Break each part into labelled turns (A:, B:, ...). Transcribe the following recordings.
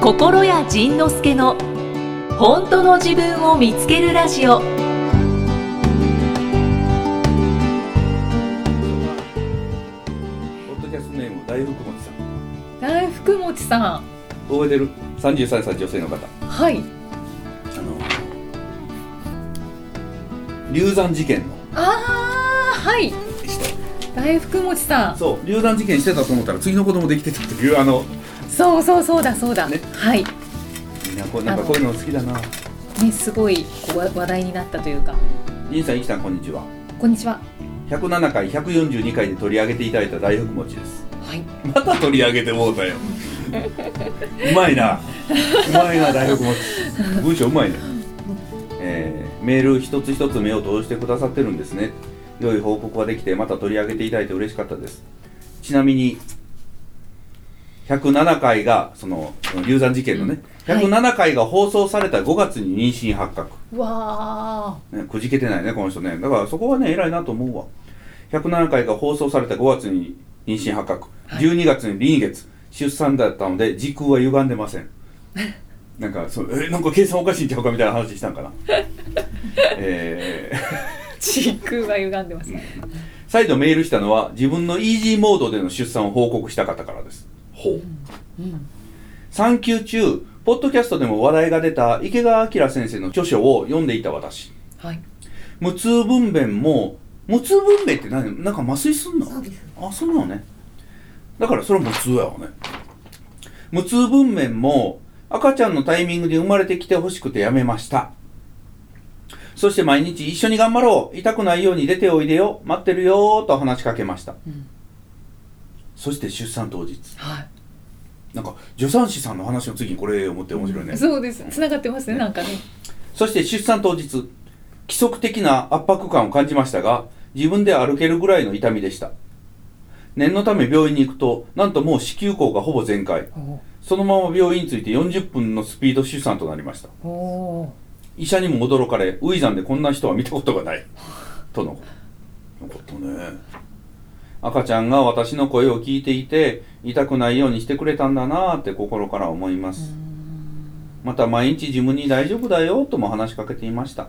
A: 心谷仁之助の本当の自分を見つけるラジオ
B: ポッドキャストネーム大福持さん
A: 大福持さん
B: 覚えてる33歳女性の方
A: は
B: あ
A: い
B: の流産事件の
A: あーはい
B: 人
A: 大福持さん
B: そう流産事件してたと思ったら次の子供できてたって いうあの
A: そうそうそうだそうだ、
B: ね
A: はい
B: みんなこうなんかこういうの好きだな
A: ねすごいこうわ話題になったというか
B: 兄さん、イキさん、こんにちは。
A: こんにちは
B: 107回、142回で取り上げていただいた大福餅です。
A: はい
B: また取り上げてもうたよ。うまいな。うまいな、大福餅。文章うまいね。えーメール一つ一つ目を通してくださってるんですね。良い報告ができて、また取り上げていただいて嬉しかったです。ちなみに、107回が、その、流産事件のね、
A: はい
B: 107回が放送された5月に妊娠発覚。
A: わ
B: ね、くじけてないねこの人ねだからそこはね偉いなと思うわ107回が放送された5月に妊娠発覚、
A: はい
B: 12月に臨月出産だったので時空は歪んでませんなんかそうえなんか計算おかしいんちゃうかみたいな話したんかなえー
A: ー時空が歪んでます
B: 再度メールしたのは自分のイージーモードでの出産を報告したかったからですほう
A: うん
B: 産休中ポッドキャストでも話題が出た池川明先生の著書を読んでいた私
A: はい
B: 無痛分娩も無痛分娩って何なんか麻酔すんのあそうなのねだからそれは無痛やわね無痛分娩も赤ちゃんのタイミングで生まれてきてほしくてやめましたそして毎日一緒に頑張ろう痛くないように出ておいでよ待ってるよと話しかけました
A: うん
B: そして出産当日
A: は
B: なんか助産師さんの話の次にこれを思って面白いね
A: いそうです繋がってますねなんかね
B: そして出産当日、規則的な圧迫感を感じましたが、自分で歩けるぐらいの痛みでした。念のため病院に行くと、なんともう子宮口がほぼ全開。
A: お
B: そのまま病院に着いて40分のスピード出産となりました。
A: ーお
B: 医者にも驚かれ、ウイザンでこんな人は見たことがない。とのこと。よかったね。赤ちゃんが私の声を聞いていて、痛くないようにしてくれたんだなーって心から思いま
A: ーう
B: す。
A: ん
B: また毎日自分に大丈夫だよとも話しかけていました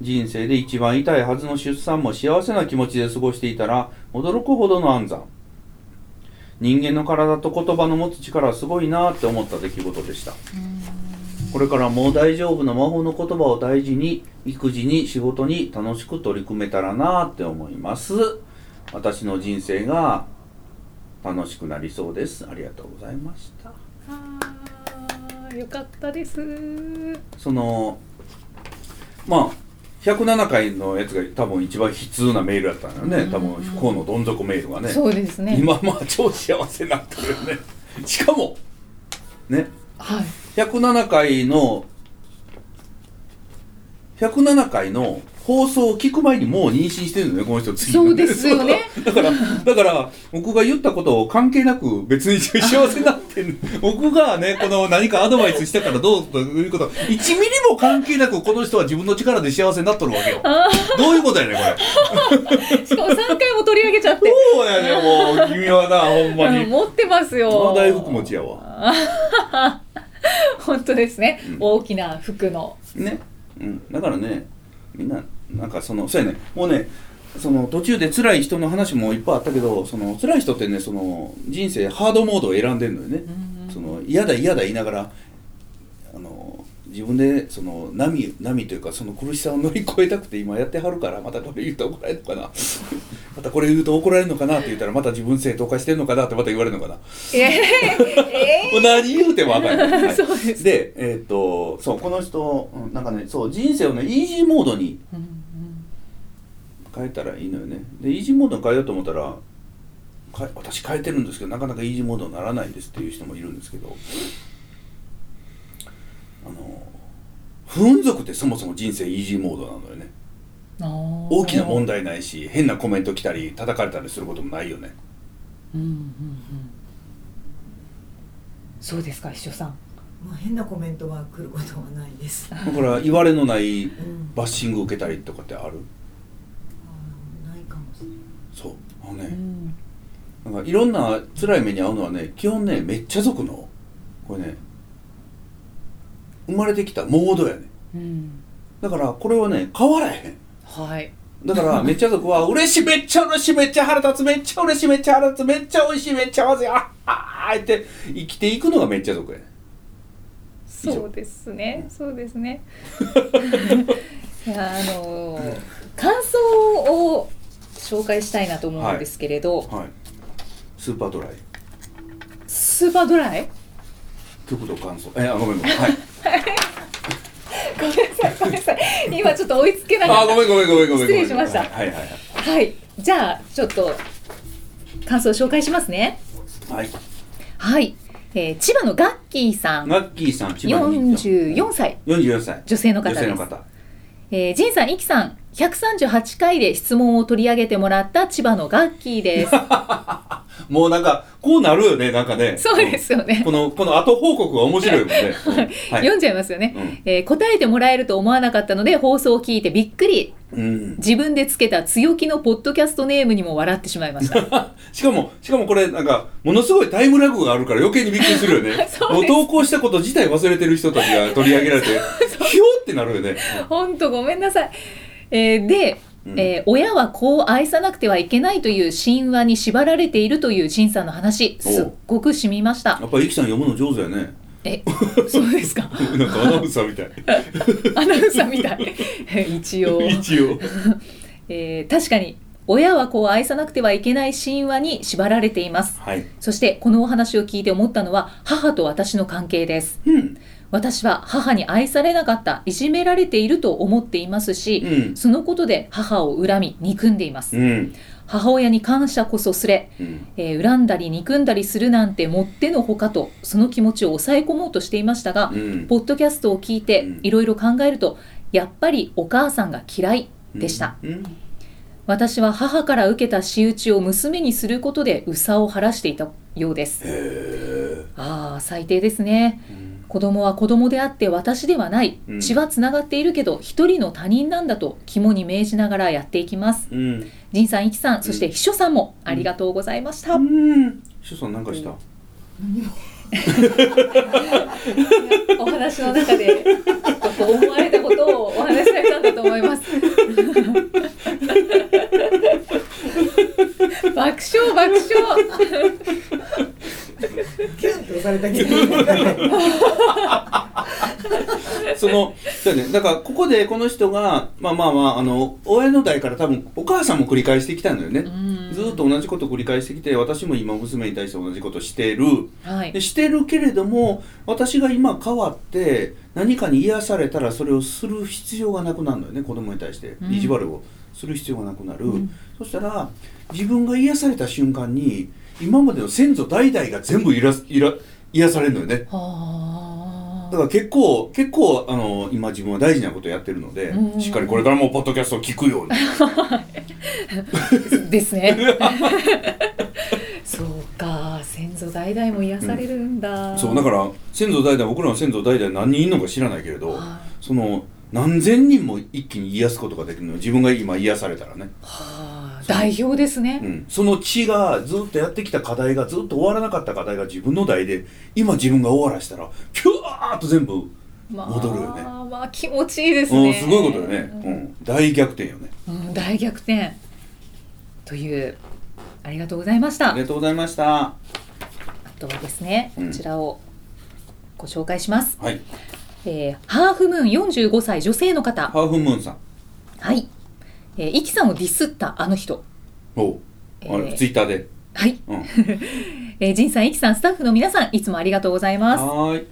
B: 人生で一番痛いはずの出産も幸せな気持ちで過ごしていたら驚くほどの安産人間の体と言葉の持つ力はすごいなって思った出来事でしたこれからもう大丈夫の魔法の言葉を大事に育児に仕事に楽しく取り組めたらなって思います私の人生が楽しくなりそうですありがとうございました
A: あーよかったです
B: そのまあ107回のやつが多分一番悲痛なメールだったんだよね多分不幸のどん底メールがね
A: そうですね
B: 今まあ超幸せになってるよねしかもね
A: はい
B: 107回の107回の放送を聞く前にもう妊娠してるのねこの人次
A: そうです よね
B: だからだから僕が言ったことを関係なく別に幸せになってんの僕がねこの何かアドバイスしたからどうということ1ミリも関係なくこの人は自分の力で幸せになっとるわけよ
A: あ
B: どういうことやねんこれ
A: ーしかも3回も取り上げちゃって
B: そうやねんもう君はなほんま
A: うん
B: に
A: 持ってますよ
B: この大福持ちやわ
A: あはは本当ですね、
B: うん
A: 大きな服の
B: ね、うん、だからねみんななんかそのそうやねもうねその途中で辛い人の話もいっぱいあったけどその辛い人ってねその人生ハードモードを選んでるのよね、その嫌だ嫌だ言いながらあの自分でその波波というかその苦しさを乗り越えたくて今やってはるからまたこれ言うと怒られるのかな またこれ言うと怒られるのかなって言ったらまた自分正当化してるのかなってまた言われるのかな、
A: ええ
B: もう何言うても分か んない、
A: ー
B: はい
A: そうです、
B: でえーっとそうこの人うんなんかねそう人生をねイージーモードに
A: うんうん
B: 変えたらいいのよねでイージーモードに変えようと思ったらか私変えてるんですけどなかなかイージーモードにならないですっていう人もいるんですけどあの不運族ってそもそも人生イージーモードなのよね
A: あー
B: 大きな問題ないし変なコメント来たり叩かれたりすることもないよね
A: うんうんうんそうですか秘書さん
C: まあ、変なコメントは来ることはないです。
B: だから言われのない
C: うん、
B: バッシング受けたりとかってある
C: あないかもしれない。
B: そうあのね、
A: うん
B: なんかいろんな辛い目に遭うのはね基本ねめっちゃ族のこれね生まれてきたモードやね
D: うん
B: だからこれはね変わらへん
D: はい
B: だからめっちゃ族は嬉しいめっちゃ嬉しいめっちゃ腹立つめっちゃ嬉しいめっちゃ腹立つめっちゃ美味しいめっちゃまずいあっはーって生きていくのがめっちゃ族やね以上
D: そうですねそうですね いやあのー感想を紹介したいなと思うんですけれど、
B: はいスーパードライ
D: スーパードライ
B: 極度乾燥えあごめんごめんはい
D: ごめんなさいごめんなさい今ちょっと追いつけなか
B: あ
D: っ
B: ごめんごめんごめんごめんごめん
D: 失礼しました
B: はいはいはい
D: たはいじゃあちょっと感想を紹介しますね
B: はい
D: はい、えー千葉のガッキーさん
B: マッキーさん千葉に行った
D: 44歳
B: 44歳
D: 女性の方
B: 女
D: です
B: 性の方
D: えー、ジンさん、イキさん、138回で質問を取り上げてもらった千葉のガッキーです。
B: もうなんかこうなるよねなんかね
D: そうですよ
B: うん
D: ね。
B: このこの後報告が面白いもんね、うんはい
D: 読んじゃいますよね、
B: うん
D: えー答えてもらえると思わなかったので放送を聞いてびっくり
B: うん、
D: 自分でつけた強気のポッドキャストネームにも笑ってしまいました
B: しかもしかもこれなんかものすごいタイムラグがあるから余計にびっくりするよね
D: そう
B: もう
D: です
B: 投稿したこと自体忘れてる人たちが取り上げられてひょってなるよね、
D: ほんとごめんなさい、えーで、
B: うん
D: えー親は子を愛さなくてはいけないという神話に縛られているというジンさんの話すっごくしみました
B: やっぱりイキさん読むの上手やね
D: えそうですか
B: なんかアナウンサーみたい
D: アナウンサーみたい 一 応
B: 一応
D: えー確かに親は子を愛さなくてはいけない神話に縛られています
B: はい
D: そしてこのお話を聞いて思ったのは母と私の関係です
B: うん
D: 私は母に愛されなかったいじめられていると思っていますし、
B: うん
D: そのことで母を恨み憎んでいます、
B: うん
D: 母親に感謝こそすれ、
B: うん
D: えー恨んだり憎んだりするなんてもってのほかとその気持ちを抑え込もうとしていましたが、
B: うん
D: ポッドキャストを聞いて
B: うん
D: いろいろ考えるとやっぱりお母さんが嫌いでした、
B: うん
D: 私は母から受けた仕打ちを娘にすることで憂さを晴らしていたようですああ最低ですね
B: うん
D: 子供は子供であって私ではない、
B: うん
D: 血はつながっているけど一人の他人なんだと肝に銘じながらやっていきます
B: うん
D: 仁さんいきさんそして
B: うん
D: 秘書さんもありがとうございました、
B: うん師匠さんなんかした、
D: お話の中でちょっとこう思われたことをお話しされたんだと思い ます爆笑爆笑
C: キュンと押されたけ ど
B: そのそうねだからここでこの人がまあまあまああの親の代から多分お母さんも繰り返してきたんだよね
D: ん
B: ずーっと同じこと繰り返してきて私も今娘に対して同じことしてる
D: はい
B: でしてるけれども私が今変わって何かに癒されたらそれをする必要がなくなるのよね子供に対して
D: うん
B: 意地悪をする必要がなくなる、
D: うん
B: そしたら自分が癒された瞬間に今までの先祖代々が全部いらいら癒されるのよね
D: は
B: だから結構、結構、あの、今自分は大事なことやってるので
D: う、ん
B: しっかりこれからもポッドキャストを聞くように。
D: あ です ねそうか先祖代々も癒されるんだ、
B: そう、だから、先祖代々、僕らの先祖代々何人いるのか知らないけれど、
D: は
B: その、何千人も一気に癒すことができるのよ自分が今癒されたらね。
D: あ代表ですね、
B: うん。その血が、ずっとやってきた課題が、ずっと終わらなかった課題が自分の代で、今自分が終わらしたら、キュワーッと全部、
D: まあ
B: 戻るよね
D: まあ気持ちいいです
B: うん、
D: ね
B: すごいことよね。うん。大逆転よね。
D: うん、大逆転というありがとうございました
B: ありがとうございました。
D: あとはですねこ
B: うん
D: ちらをご紹介します、
B: はい。
D: えーハーフムーン45歳女性の方
B: ハーフムーンさん。
D: はい、えー、イキさんをディスったあの人
B: おう。あ
D: え
B: れ、
D: ー
B: ツイッターで。
D: はい、
B: うん。
D: えー、ジンさん、イキさん、スタッフの皆さん、いつもありがとうございます。
B: はーい。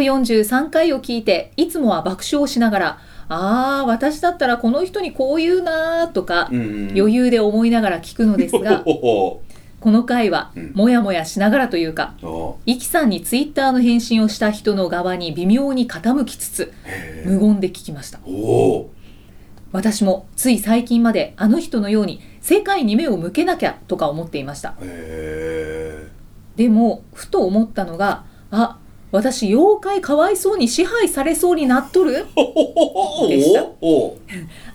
D: 143回を聞いて、いつもは爆笑をしながら、あー、私だったらこの人にこう言うなーとか、余
B: 裕
D: 裕で思いながら聞くの ですが、 この回は
B: うん、
D: もやもやしながらというか、
B: そ
D: イキさんにツイッターの返信をした人の側に微妙に傾きつつ、
B: うへ
D: 無言で聞きました。
B: ーお
D: 私も、つい最近まで、あの人のように、世界に目を向けなきゃとか思っていました。
B: ーへ
D: でもふと思ったのがあ私妖怪かわいそうに支配されそうになっとる
B: ーほほほほ
D: でした
B: おお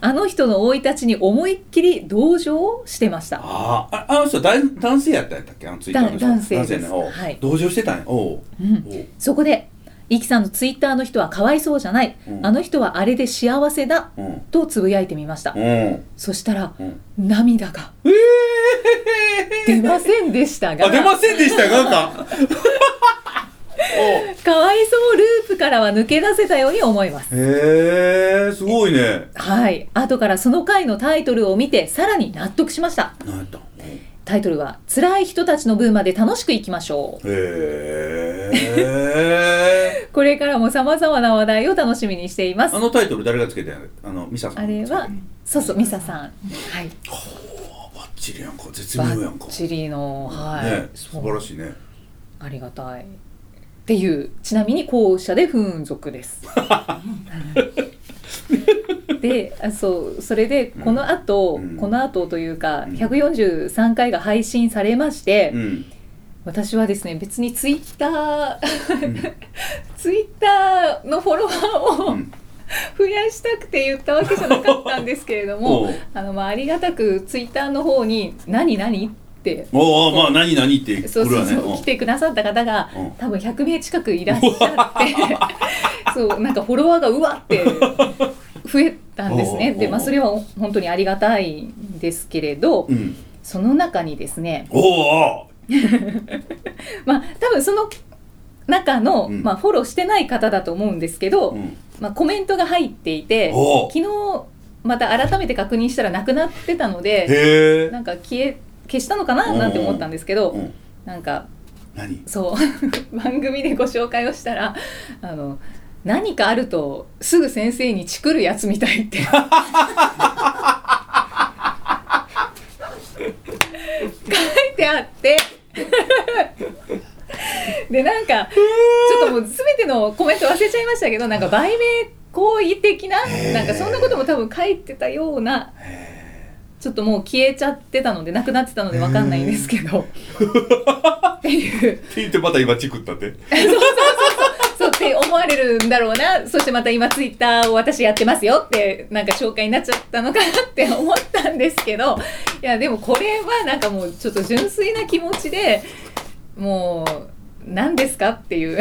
D: あの人の生い立ちに思いっきり同情してました
B: あーああの人だい男性やったんやったっけあのツイッターの人
D: だ男性です
B: ねおう
D: はい
B: 同情してたんやおう
D: うん
B: おう
D: そこでイキさんのツイッターの人はかわいそうじゃない、
B: うん
D: あの人はあれで幸せだ
B: うん
D: とつぶやいてみました、
B: うん
D: そしたら
B: うん
D: 涙が
B: え
D: 出ませんでした
B: ー、
D: が
B: あ出ませんでしたがか お
D: かわいそうループからは抜け出せたように思います
B: へえすごいね
D: はい後からその回のタイトルを見てさらに納得しました
B: 何やったんうん
D: タイトルは「辛い人たちの分まで楽しくいきましょ
B: へ え
D: う」これからもさまざまな話題を楽しみにしています
B: あのタイトル誰がつけてんのあのミサさん
D: あれはそうそうミサさんはい
B: バッチリやんか絶
D: バ
B: 妙やんか
D: ッチリのはい、
B: ね
D: そ
B: 素
D: う
B: 晴らしいね
D: ありがたいっていうちなみに後者で不運族 です。であそうそれでこのあと、
B: うん
D: このあとというか、
B: うん
D: 143回が配信されまして、
B: うん
D: 私はですね別にツイッター ツイッターのフォロワー
B: う
D: を
B: ん
D: 増やしたくて言ったわけじゃなかったんですけれど
B: お
D: も
B: う
D: あの、まあ、ありがたくツイッターの方に「何何?」って
B: おうまあ何何って来
D: そう
B: る
D: そう
B: わね
D: そう、来てくださった方が、
B: うん
D: 多分100名近くいらっしゃって そうなんかフォロワーがうわって増えたんです
B: おう
D: ね
B: おうおう
D: で、まあ、それは本当にありがたいんですけれど
B: うんうん
D: その中にですね
B: おうおう
D: まあ多分その中の、
B: うん
D: まあ、フォローしてない方だと思うんですけど、
B: うん
D: まあ、コメントが入っていて
B: おう
D: 昨日また改めて確認したらなくなってたので
B: へえ
D: なんか消え消したのかななんて思ったんですけど、
B: うん
D: なんか
B: 何
D: そう 番組でご紹介をしたらあの何かあるとすぐ先生にチクるやつみたいって 書いてあってでなんかちょっともう全てのコメント忘れちゃいましたけどなんか売名行為的ななんかそんなことも多分書いてたようなちょっともう消えちゃってたのでなくなってたのでわかんないんですけどっていう。
B: って言ってまた今チクったって
D: そうって思われるんだろうなそしてまた今ツイッターを私やってますよってなんか紹介になっちゃったのかなって思ったんですけどいやでもこれはなんかもうちょっと純粋な気持ちでもう何ですかっていう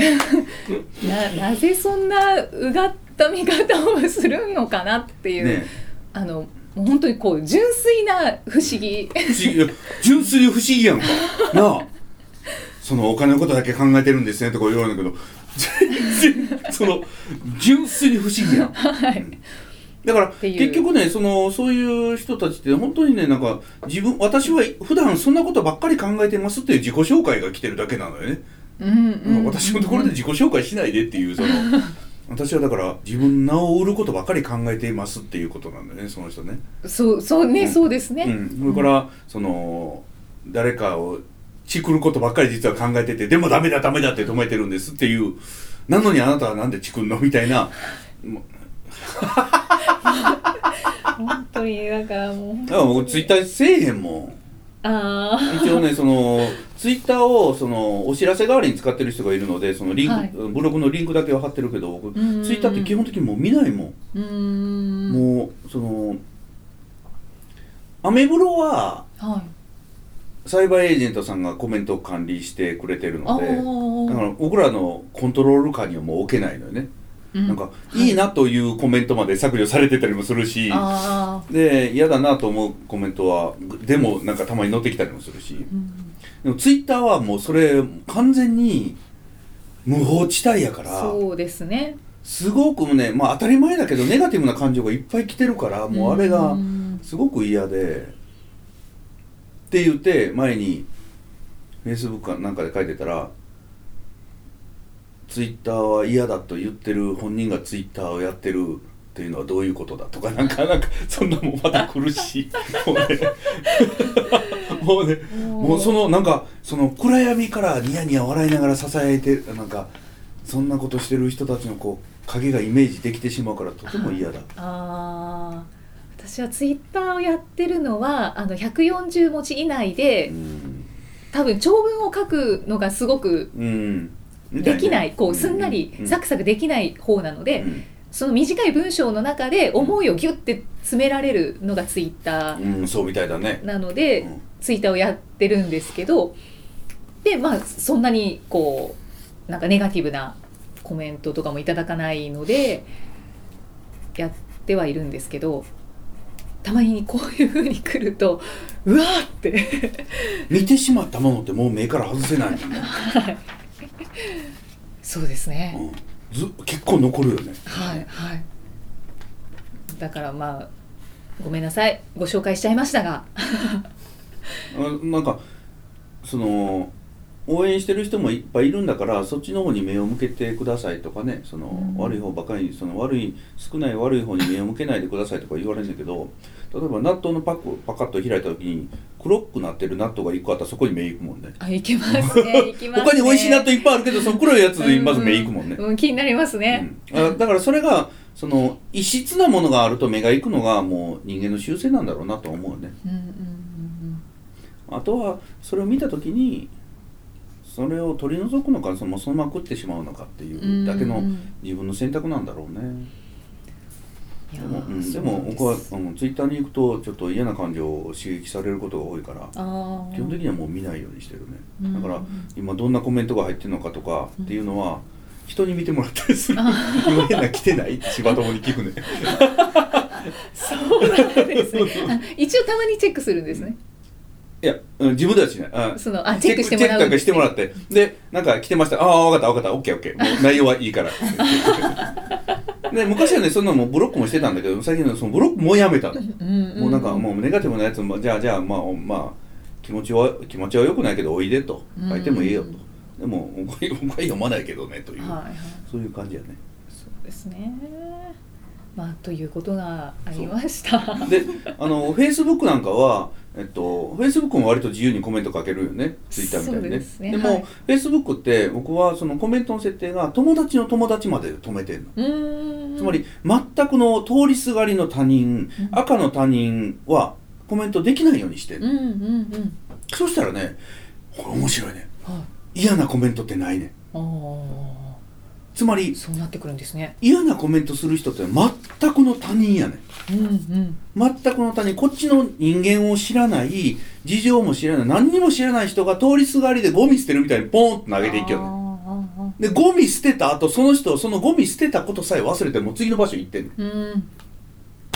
D: ななぜそんなうがった見方をするのかなっていう、
B: ね
D: あのもう本当にこう純粋な不思議
B: 不思議純粋に不思議や んかなあそのお金のことだけ考えてるんですねとか言われるんだけど全然その純粋に不思議や ん
D: はい
B: だから
D: ていう
B: 結局ねそのそういう人たちって本当にねなんか自分私は普段そんなことばっかり考えてますっていう自己紹介が来てるだけなのよね、
D: うんうん
B: 私のところで自己紹介しないでってい うその私はだから自分の名を売ることばっかり考えていますっていうことなんだよねその人ね
D: そうそうね、
B: うん
D: そうですね、
B: うん、それから、その誰かをチクることばっかり実は考えててでもダメだダメだって止めてるんですっていうなのにあなたはなんでチクんのみたいなもう
D: 本当にだからもう
B: だから僕ツイッターせえへんも
D: ああ
B: ん一応ねそのツイッターをそのお知らせ代わりに使ってる人がいるのでそのリンク、
D: はい
B: ブログのリンクだけは貼ってるけど僕
D: んうんうん
B: ツイッターって基本的にもう見ないも
D: うー
B: ん、
D: ん
B: もうそのアメブロは
D: はい
B: サイバーエージェントさんがコメントを管理してくれてるのでだか
D: あ
B: ら僕らのコントロール下にはもう置けないのよね、
D: あな
B: なんかいいなというコメントまで削除されてたりもするし、
D: ああ
B: で嫌だなと思うコメントはでもなんかたまに乗ってきたりもするしでもツイッターはもうそれ完全に無法地帯やから
D: そうですね
B: すごくねまあ当たり前だけどネガティブな感情がいっぱい来てるからもうあれが。
D: ん
B: すごく嫌でって言って前にフェイスブックかなんかで書いてたらツイッターは嫌だと言ってる本人がツイッターをやってるっていうのはどういうことだとかなんかなんかそんなもんまた苦しいも うねもうねもうそのなんかその暗闇からニヤニヤ笑いながら支えてなんかそんなことしてる人たちのこう影がイメージできてしまうからとても嫌だ。
D: ああ私はツイッターをやってるのはあの140文字以内で
B: うん
D: 多分長文を書くのがすごく
B: うん
D: できないこうすんなりサクサクできない方なので、その短い文章の中で思いをギュッて詰められるのがツイッタ
B: う
D: ー
B: ん、うんそうみたいだね、
D: なの
B: う
D: で、
B: ん
D: ツイッターをやってるんですけどでまあそんなにこうなんかネガティブなコメントとかもいただかないのでやってはいるんですけどたまにこういう風に来るとうわーって
B: 見てしまったものってもう目から外せ ない、
D: そうですね
B: うん、ず結構残るよね
D: はいはいだからまあごめんなさいご紹介しちゃいましたが
B: あなんかその応援してる人もいっぱいいるんだからそっちの方に目を向けてくださいとかねその、
D: うん
B: 悪い方ばかりにその悪い少ない悪い方に目を向けないでくださいとか言われるんだけど例えば納豆のパックをパカッと開いた時に黒くなってる納豆が1個あったらそこに目いくもんね
D: あいきます ねいきますね
B: 他に美味しい納豆いっぱいあるけどその黒いやつにまず目いくもんね、
D: うんうん気になりますね、
B: うんあだからそれがその異質なものがあると目がいくのがもう人間の習性なんだろうなと思うよね
D: うん、うんうん
B: あとはそれを見た時にそれを取り除くのかそのそのまま食ってしまうのかって
D: うんう
B: い
D: ん
B: うだけの自分の選択なんだろうね、
D: いや
B: でも,、
D: ー
B: うん、
D: そ
B: で
D: うな
B: も
D: んす
B: 僕はあのツイッターに行くとちょっと嫌な感情を刺激されることが多いから
D: あー
B: 基本的にはもう見ないようにしてる
D: うん
B: ねだから今どんなコメントが入ってるのかとかっていうのは人に見てもらったりする 今変な来てないって柴友に聞くね
D: そうなんです ねあ一応たまにチェックするんですね
B: いや、うん自分ではしない。あ
D: そのあチェックしてもらう
B: チェックしてもらって。で、なんか来てました。ああ、わかったわかった。オッケーオッケー。もう内容はいいから。 で、昔はね、そんなもうブロックもしてたんだけど、最近のそのブロックもうやめたの。も
D: も
B: うなんかもうネガティブなやつも、じゃあじゃあ、まあ、まあ、気持ちは、気持ちは良くないけど、おいでと。書いてもいいよと
D: うん。
B: でも、僕は僕は読まないけどね、という。
D: はいはい
B: そういう感じやね。
D: そうですねまあということがありました
B: で、あの、Facebook なんかは、えっと、Facebook も割と自由にコメント書けるよね、Twitter みたい
D: そ
B: に
D: う
B: ね。
D: ですね
B: で
D: は
B: も、
D: い
B: Facebook って僕はそのコメントの設定が友達の友達まで止めてる
D: う
B: の。
D: ーん
B: つまり、全くの通りすがりの他人、
D: うん
B: 赤の他人はコメントできないようにしてる、
D: うんうんうん
B: そしたらね、これ面白いね。
D: はい
B: 嫌なコメントってないね。
D: ああ
B: つまり、
D: そうなってくるんですね
B: 嫌なコメントする人って全くの他人やねん。
D: うんうん
B: 全くの他人こっちの人間を知らない事情も知らない何にも知らない人が通りすがりでゴミ捨てるみたいにポンと投げていくよ
D: ね
B: ねでゴミ捨てた後その人そのゴミ捨てたことさえ忘れてもう次の場所行ってんね
D: うん
B: ん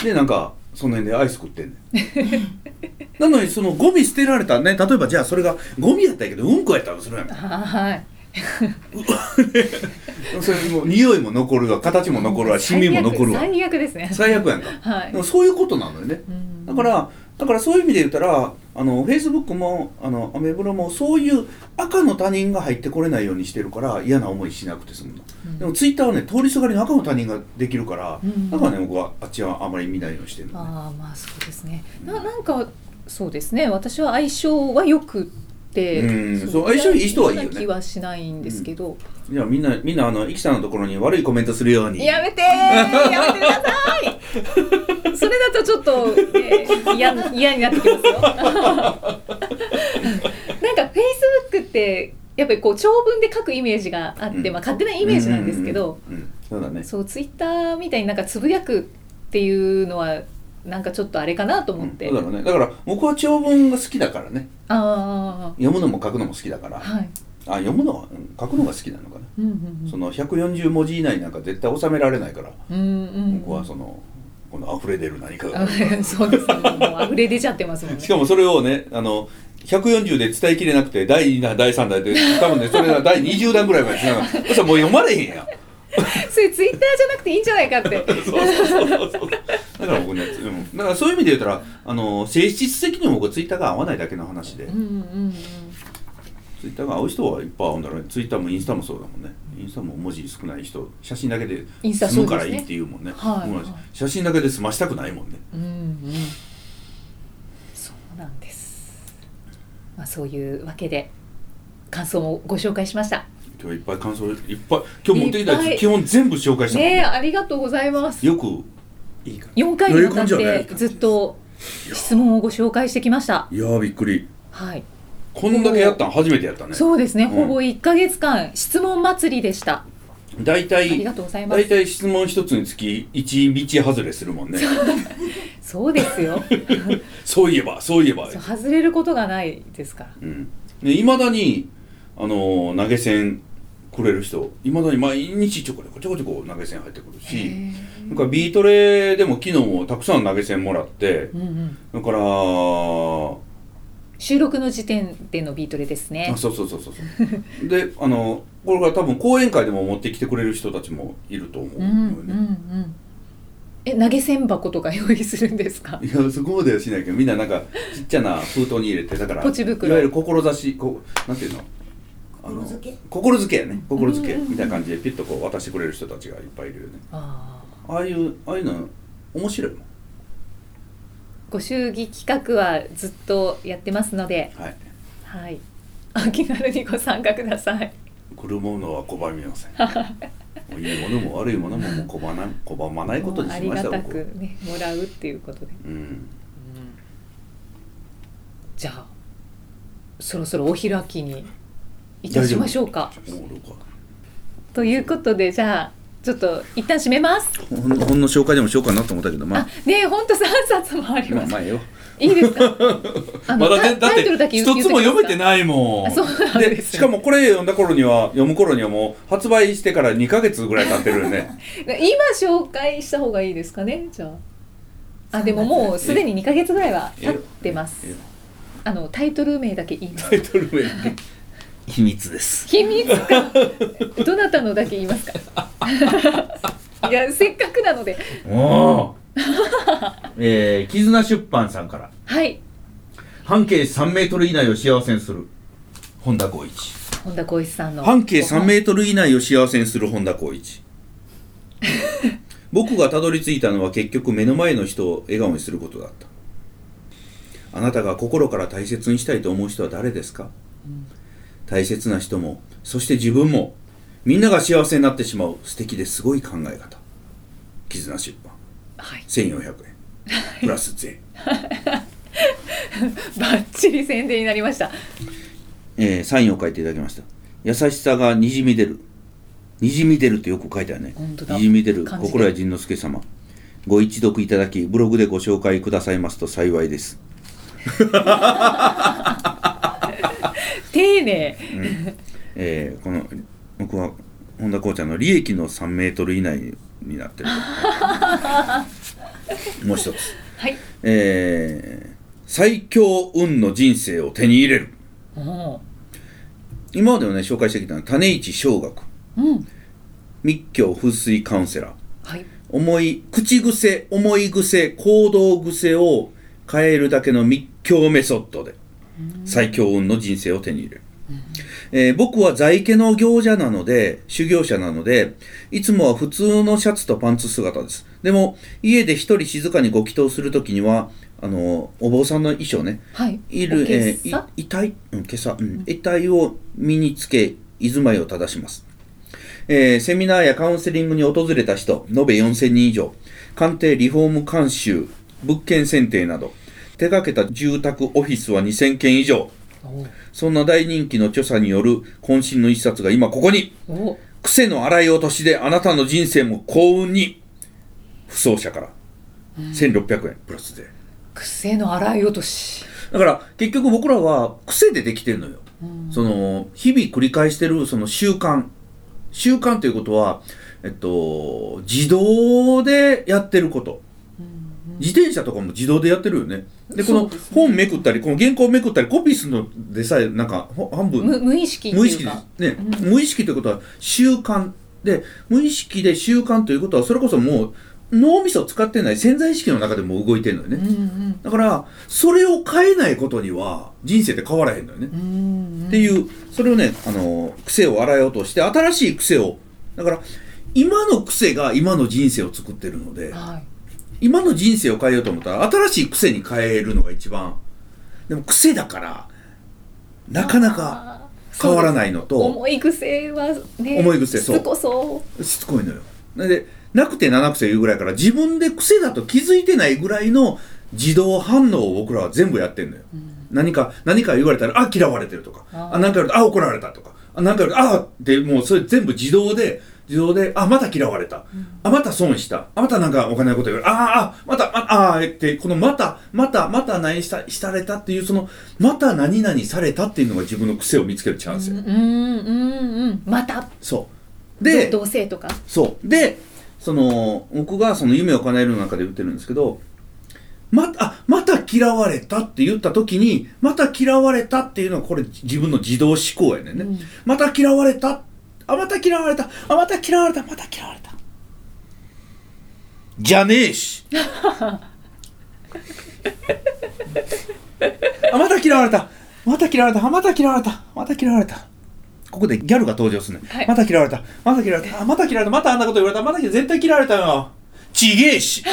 B: でなんかその辺でアイス食ってんねん なのにそのゴミ捨てられたね例えばじゃあそれがゴミやったんやけどうんこやったらするやん
D: あはい
B: それもう匂いも残るわ形も残るわシミも残るわ
D: 最悪最悪ですね
B: 最悪やんか
D: はい
B: でもそういうことなのよね
D: うん
B: だから、だからそういう意味で言ったら、あの、フェイスブックも、あの、アメブロも、そういう赤の他人が入ってこれないようにしてるから、嫌な思いしなくて済むの。
D: うん
B: でも、ツイッターはね、通りすがりの赤の他人ができるから、
D: うん
B: だからね、僕はあっちはあまり見ないようにしてるのね。
D: ああまあそうですねななんかそうですね私は相性はよくって
B: うんそう相性いい人はいいよね
D: 嫌な気はしないんですけど、
B: じゃあ、みんな、みんな、あの、イキさんのところに悪いコメントするように。
D: やめてーやめてくださ いそれだとちょっとね嫌、嫌になってきます よなんかフェイスブックってやっぱりこう長文で書くイメージがあって、
B: うん
D: まあ、勝手なイメージなんですけど、
B: うん。うんうんそうだね。
D: そうツイッターみたいになんかつぶやくっていうのはなんかちょっとあれかなと
B: う
D: 思っ
B: ん
D: て、
B: そうだろうね。だから、僕は長文が好きだからね。
D: あ
B: 読むのも書くのも好きだか
D: あ
B: ら。あ、
D: はい、
B: 読むのは、うん書くのが好きなのかな。
D: うんうんうん
B: その140文字以内なんか絶対収められないから。
D: うんうんうん
B: 僕はそのこの溢れ出る何か
D: あ
B: が
D: そうですねもう溢れ出ちゃってますもんね
B: しか もそれをねあの140で伝えきれなくて第2弾第3弾で多分ねそれが第20弾ぐらいまでつながるそしたらもう読まれへんやん
D: それツイッターじゃなくていいんじゃないかって
B: そうそうそうそうだから僕ね、うん、だからそういう意味で言ったらあの性質的にも僕はツイッターが合わないだけの話で
D: うんうんうん
B: ツイッターが合う人はいっぱい合うんだろうねツイッターもインスタもそうだもんねインスタも文字少ない人写真だけで
D: インスタ
B: 済
D: そう
B: む
D: ですね
B: からいいっていうもんね
D: はい
B: もう写真だけで済ましたくないもんね
D: うんうんそうなんです、まあ、そういうわけで感想もご紹介しました
B: 今日いっぱい感想いっぱい今日持ってきた
D: いっぱ
B: や
D: い
B: つ基本全部紹介したもん
D: ねえありがとうございます
B: よくいいか
D: 4回にわたっ
B: 乗り込んじゃうね
D: てずっと質問をご紹介してきました
B: いやーびっくり
D: はい
B: こんだけやったん初めてやったね
D: そうですね、
B: うん
D: ほぼ1か月間質問祭りでした
B: 大
D: あり
B: 体
D: がとうございます
B: 大体質問一つにつき一道外れするもんね
D: そうです よ
B: そういえばそういえば
D: そう外れることがないですから
B: うんでいまだにあのー投げ銭くれる人いまだに毎日ちょこちょこちょこちょこ投げ銭入ってくる
D: へ
B: し
D: え
B: なんか B トレでも昨日もたくさん投げ銭もらって
D: うんうん
B: だからあ
D: 収録の時点でのビートレですね。
B: そうそうそうそうそうであのこれから多分講演会でも持ってきてくれる人たちもいると思う
D: う
B: の
D: ん
B: よ
D: う
B: ね、
D: んうん。え投げ銭箱とか用意するんですか。
B: いやそこまではしないけどみんななんかちっちゃな封筒に入れてだから
D: ポチ袋
B: いわゆる志こうなんていうのあの
C: 心付け
B: 心付けやね心付け
D: うんうんうん
B: みたいな感じでピュッとこう渡してくれる人たちがいっぱいいるよね
D: ああ。
B: ああいうああいうの面白いもん
D: ご祝儀企画はずっとやってますので、
B: はい
D: はい。あ気軽にご参加ください。
B: 来るものは拒みませんもういいものも悪いものももう拒まない拒まないことに
D: あ
B: し
D: り
B: まし
D: が
B: た
D: た
B: 僕
D: くねもらうっていうことで。
B: うん
D: じゃあそろそろお開きにいたしましょうか。
B: もうどうか
D: ということでじゃあちょっと一旦閉めます。
B: ほんほんの紹介でもしようかなと思ったけどま
D: あ
B: あ
D: ねえ本当三冊もあり
B: まあ
D: ます。
B: まあええよ
D: いいですか。 あの
B: ま
D: タ
B: だね
D: イ
B: だっ
D: タイトルだ
B: て
D: け
B: 一
D: 言って
B: つも読め
D: いい
B: て
D: ですか。
B: ないもん
D: あそうなんですね
B: しかもこれ読んだ頃には読む頃にはもう発売してから2か月ぐらい経ってるよね
D: 今紹介した方がいいですかねじゃああでももうすでに2ヶ月ぐらいは 経ってます
B: ええ
D: あのタイトル名だけ言います
B: タイトル名 秘密です
D: 秘密かどなたのだけ言い ますかいやせっかくなので
B: おおえ ー、絆出版さんから
D: はい
B: 半径3メートル以内を幸せにする本田光一
D: 本田光一さんの
B: 半径3メートル以内を幸せにする本田光一僕がたどり着いたのは結局目の前の人を笑顔にすることだったあなたが心から大切にしたいと思う人は誰ですか、大切な人もそして自分もみんなが幸せになってしまう素敵ですごい考え方絆出版
D: はい
B: 1400円プラス税、
D: バッチリ宣伝になりました
B: えーサインを書いていただきました優しさがにじみ出るにじみ出るってよく書いてあるね
D: 本当だ
B: にじみ出る
D: 漢字で
B: 心谷仁之助様ご一読いただきブログでご紹介くださいますと幸いです
D: 丁寧
B: えーこの僕は本田こうちゃんの利益の3メートル以内に なってるもう一つ、
D: はい
B: えー最強運の人生を手に入れる
D: お
B: 今までもね紹介してきたのは種市小学
D: ーうん
B: 密教風水カウンセラー
D: はい
B: 思い口癖思い癖行動癖を変えるだけの密教メソッドで最強運の人生を手に入れる、えー僕は在家の行者なので修行者なのでいつもは普通のシャツとパンツ姿ですでも家で一人静かにご祈祷する時にはあのお坊さんの衣装ね
D: はい
B: いる
D: おけっさ
B: えーい遺体、うん、今朝、うん、遺体を身につけ、居住まいを正します。えーセミナーやカウンセリングに訪れた人、延べ4000人以上、鑑定、リフォーム監修、物件選定など、手掛けた住宅オフィスは2000件以上。
D: おー
B: そんな大人気の著者による渾身の一冊が今ここに
D: おー
B: 癖の洗い落としであなたの人生も幸運に不走者から1600円プラス税。
D: 癖の洗い落とし
B: だから結局僕らは癖でできてるのよ、その日々繰り返してるその習慣習慣ということは、えっと、自動でやってること、自転車とかも自動でやってるよねでこ
D: そ
B: の
D: うですね
B: 本めくったりこの原稿めくったりコピーするのでさえなんかほ半分
D: 無無意識って
B: 無意識
D: いう
B: で
D: か
B: す、ね無意識ということは習慣で無意識で習慣ということはそれこそもう脳みそを使ってない潜在意識の中でもう動いてるのよね、
D: うん
B: だからそれを変えないことには人生って変わらへんのよね、
D: うんうん
B: っていうそれをねあの癖を洗い落として新しい癖をだから今の癖が今の人生を作ってるので
D: はい
B: 今の人生を変えようと思ったら新しい癖に変えるのが一番でも癖だからなかなか
D: あー
B: 変わらないの
D: そうです
B: と
D: 重い癖はね
B: 重い癖そう
D: しつこそ
B: しつこいのよなんでなくて七癖言うぐらいから自分で癖だと気づいてないぐらいの自動反応を僕らは全部やってんのよ、何か何か言われたらあ嫌われてるとか
D: あー
B: あ何か言われたらあ怒られたとかあ何か言われたらあってもうそれ全部自動で自動で、あ、また嫌われた。あ、また損した。あ、またなんかお金のこと言われる。あーあ、また、また、あーって、このまた、また、また何した、したれたっていう、その、また何々されたっていうのが自分の癖を見つけるチャンス
D: う
B: や。
D: んうんうんうんまた
B: そう。で、
D: 同性とか
B: そう。で、その、僕がその夢を叶えるの中で言ってるんですけど、また、あ、また嫌われたって言った時に、また嫌われたっていうのはこれ自分の自動思考やねんね。
D: うん
B: また嫌われた。あ、また嫌われた。あ、また嫌われた。また嫌われた。じゃねえ し。あ、また嫌われた。また嫌われた。あ、また嫌われた。また嫌われた。ここでギャルが登場するね。
D: はい
B: また嫌われた。また嫌われた。あ、また嫌われた。またあんなこと言われた。また嫌絶対嫌われたよ。ちげえ し。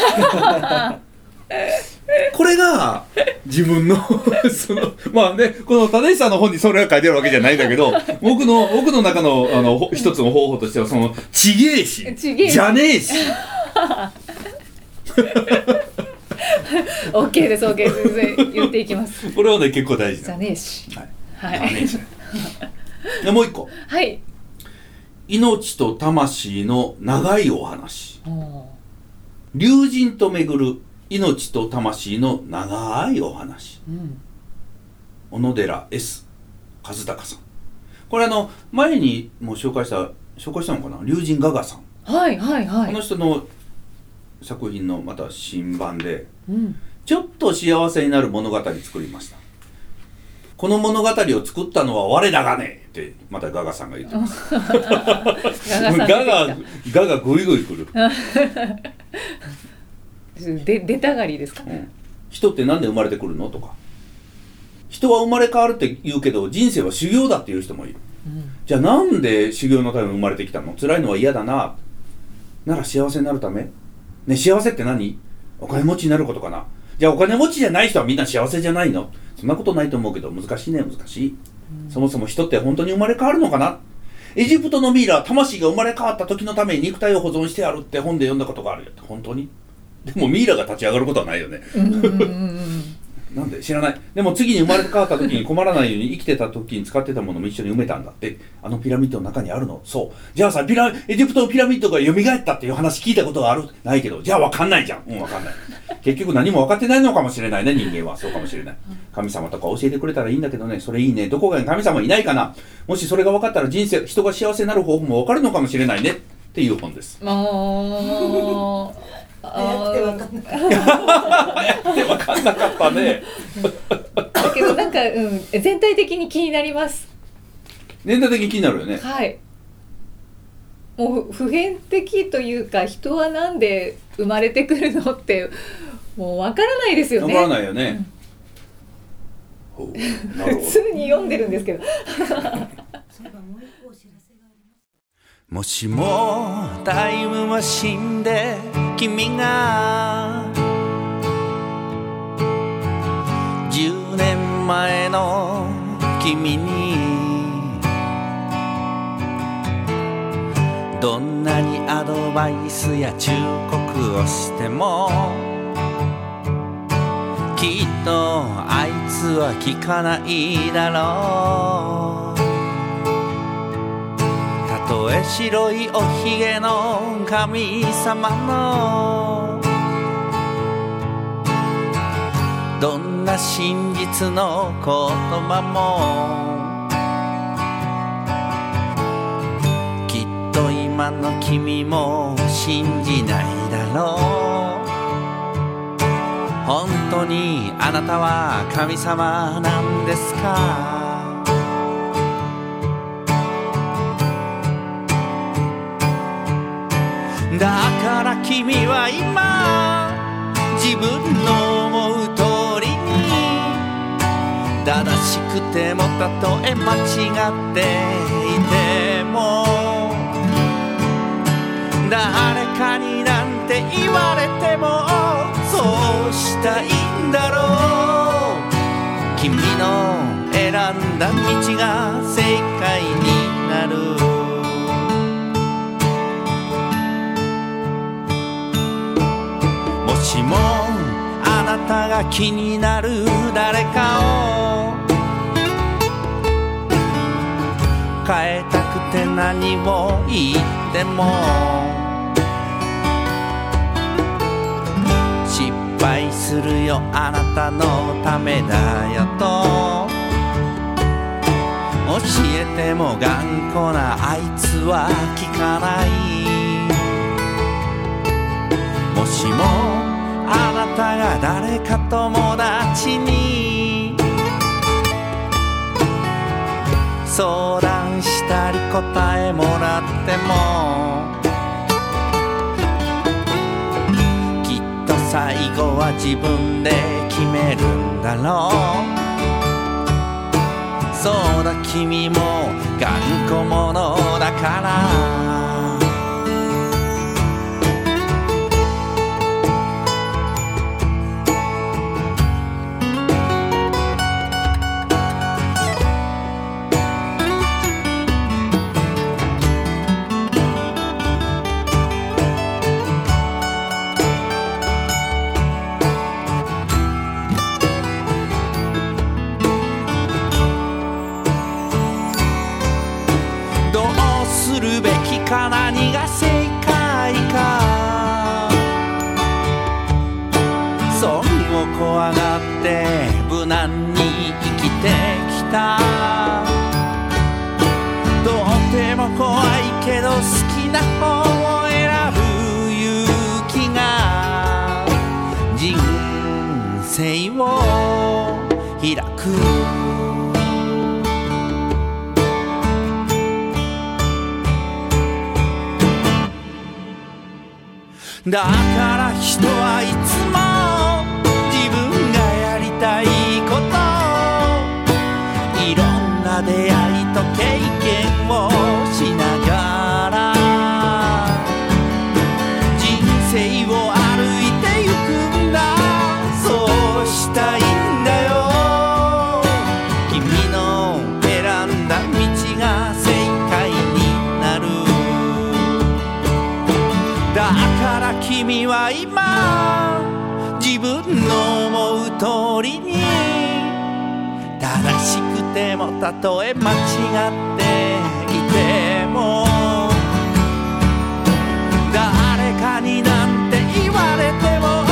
B: これが自分の そのまあねこの立石さんの本にそれが書いてあるわけじゃないんだけど僕の僕の中のあのほ一つの方法としてはその「ちげえし」
D: ちげえし
B: じゃねえし」
D: OK です OK です全然言っていきます
B: これはね結構大事
D: じ
B: な
D: ゃ
B: の
D: ねえし
B: はい
D: は
B: じゃね
D: い
B: えしでもう一個
D: はい
B: 「命と魂の長いお話」
D: お
B: 「竜神と巡る命と魂の長いお話」
D: ーうん
B: 小野寺 S 和孝さんこれあの前にも紹介した紹介したのかな竜神ガガさん、
D: はいはいは
B: こ
D: い
B: の人の作品のまた新版で
D: うん
B: ちょっと幸せになる物語作りましたこの物語を作ったのは我らがねってまたガガさんが言ってます
D: ガ
B: ガ
D: ガさん出てき
B: ガガガグイグイ来る、
D: たで出たがりですか
B: うん人ってなんで生まれてくるのとか人は生まれ変わるって言うけど人生は修行だっていう人もいる
D: うん
B: じゃあなんで修行のために生まれてきたの辛いのは嫌だな。なら幸せになるためね、幸せって何お金持ちになることかなじゃあお金持ちじゃない人はみんな幸せじゃないのそんなことないと思うけど難しいね、難しい。そもそも人って本当に生まれ変わるのかなエジプトのミイラは魂が生まれ変わった時のために肉体を保存してあるって本で読んだことがあるよ。本当にでもミイラが立ち上がることはないよね。
D: うんうんうんうん
B: なんで知らない。でも次に生まれ変わった時に困らないように生きてた時に使ってたものも一緒に埋めたんだって。あのピラミッドの中にあるのそう。じゃあさ、ピラ、エジプトのピラミッドが蘇ったっていう話聞いたことがあるないけど、じゃあわかんないじゃん。うん、わかんない。結局何も分かってないのかもしれないね、人間は。そうかもしれない。神様とか教えてくれたらいいんだけどね、それいいね。どこかに神様いないかな。もしそれが分かったら人生、人が幸せになる方法も分かるのかもしれないね。っていう本です。
D: あー
C: 早くて分かんない
B: で、分かんなかったね。
D: だけどなんか、うん、全体的に気になります
B: 年代的に気になるよね。
D: はいもう普遍的というか人はなんで生まれてくるのってもうわからないですよ
B: わ
D: ね
B: からないよね。ほうなるほ
D: 普
B: ど
D: 通に読んで るんですけど
C: そういえばもう一個お知らせがあります
B: もしもタイムマシンで君が10年前の君にどんなにアドバイスや忠告をしてもきっとあいつは聞かないだろうたとえ白いおひげの神様のどんな真実の言葉もきっと今の君も信じないだろう本当にあなたは神様なんですかだから君は今自分の思う通りに正しくてもたとえ間違っていても誰かになんて言われてもそうしたいんだろう君の選んだ道が正解になるもしもあなたが気になる誰かを変えたくて
E: 何を言っても失敗するよあなたのためだよと教えても頑固なあいつは聞かないもしもあなたが誰か友達に相談したり答えもらってもきっと最後は自分で決めるんだろうそうだ君も頑固者だからどうするべきか何が正解か損を怖がって無難に生きてきたどうでも怖いけど好きな方を選ぶ勇気が人生を開くだから人はいつも自分がやりたいこといろんな出会いと経験をしながら人生を歩いてゆくんだそうしたいんだよ君の選んだ道が正解になるだから君は今自分の思う通りに正しくてもたとえ間違っていても誰かになんて言われても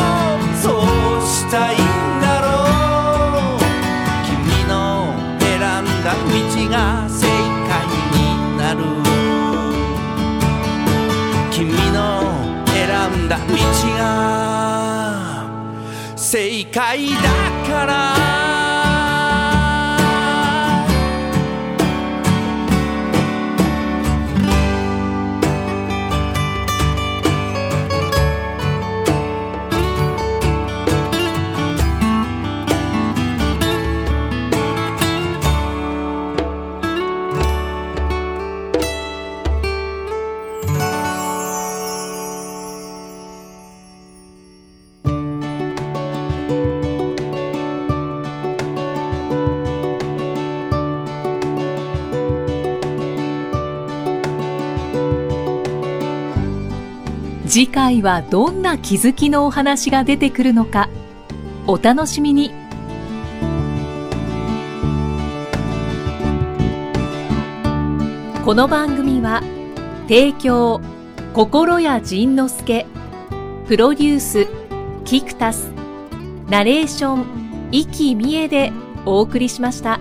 E: そうしたいんだろう君の選んだ道が正解になる君の選んだ道が正解だから
A: 次回はどんな気づきのお話が出てくるのかお楽しみにこの番組は提供心谷仁之助プロデュースキクタスナレーション生きみえでお送りしました。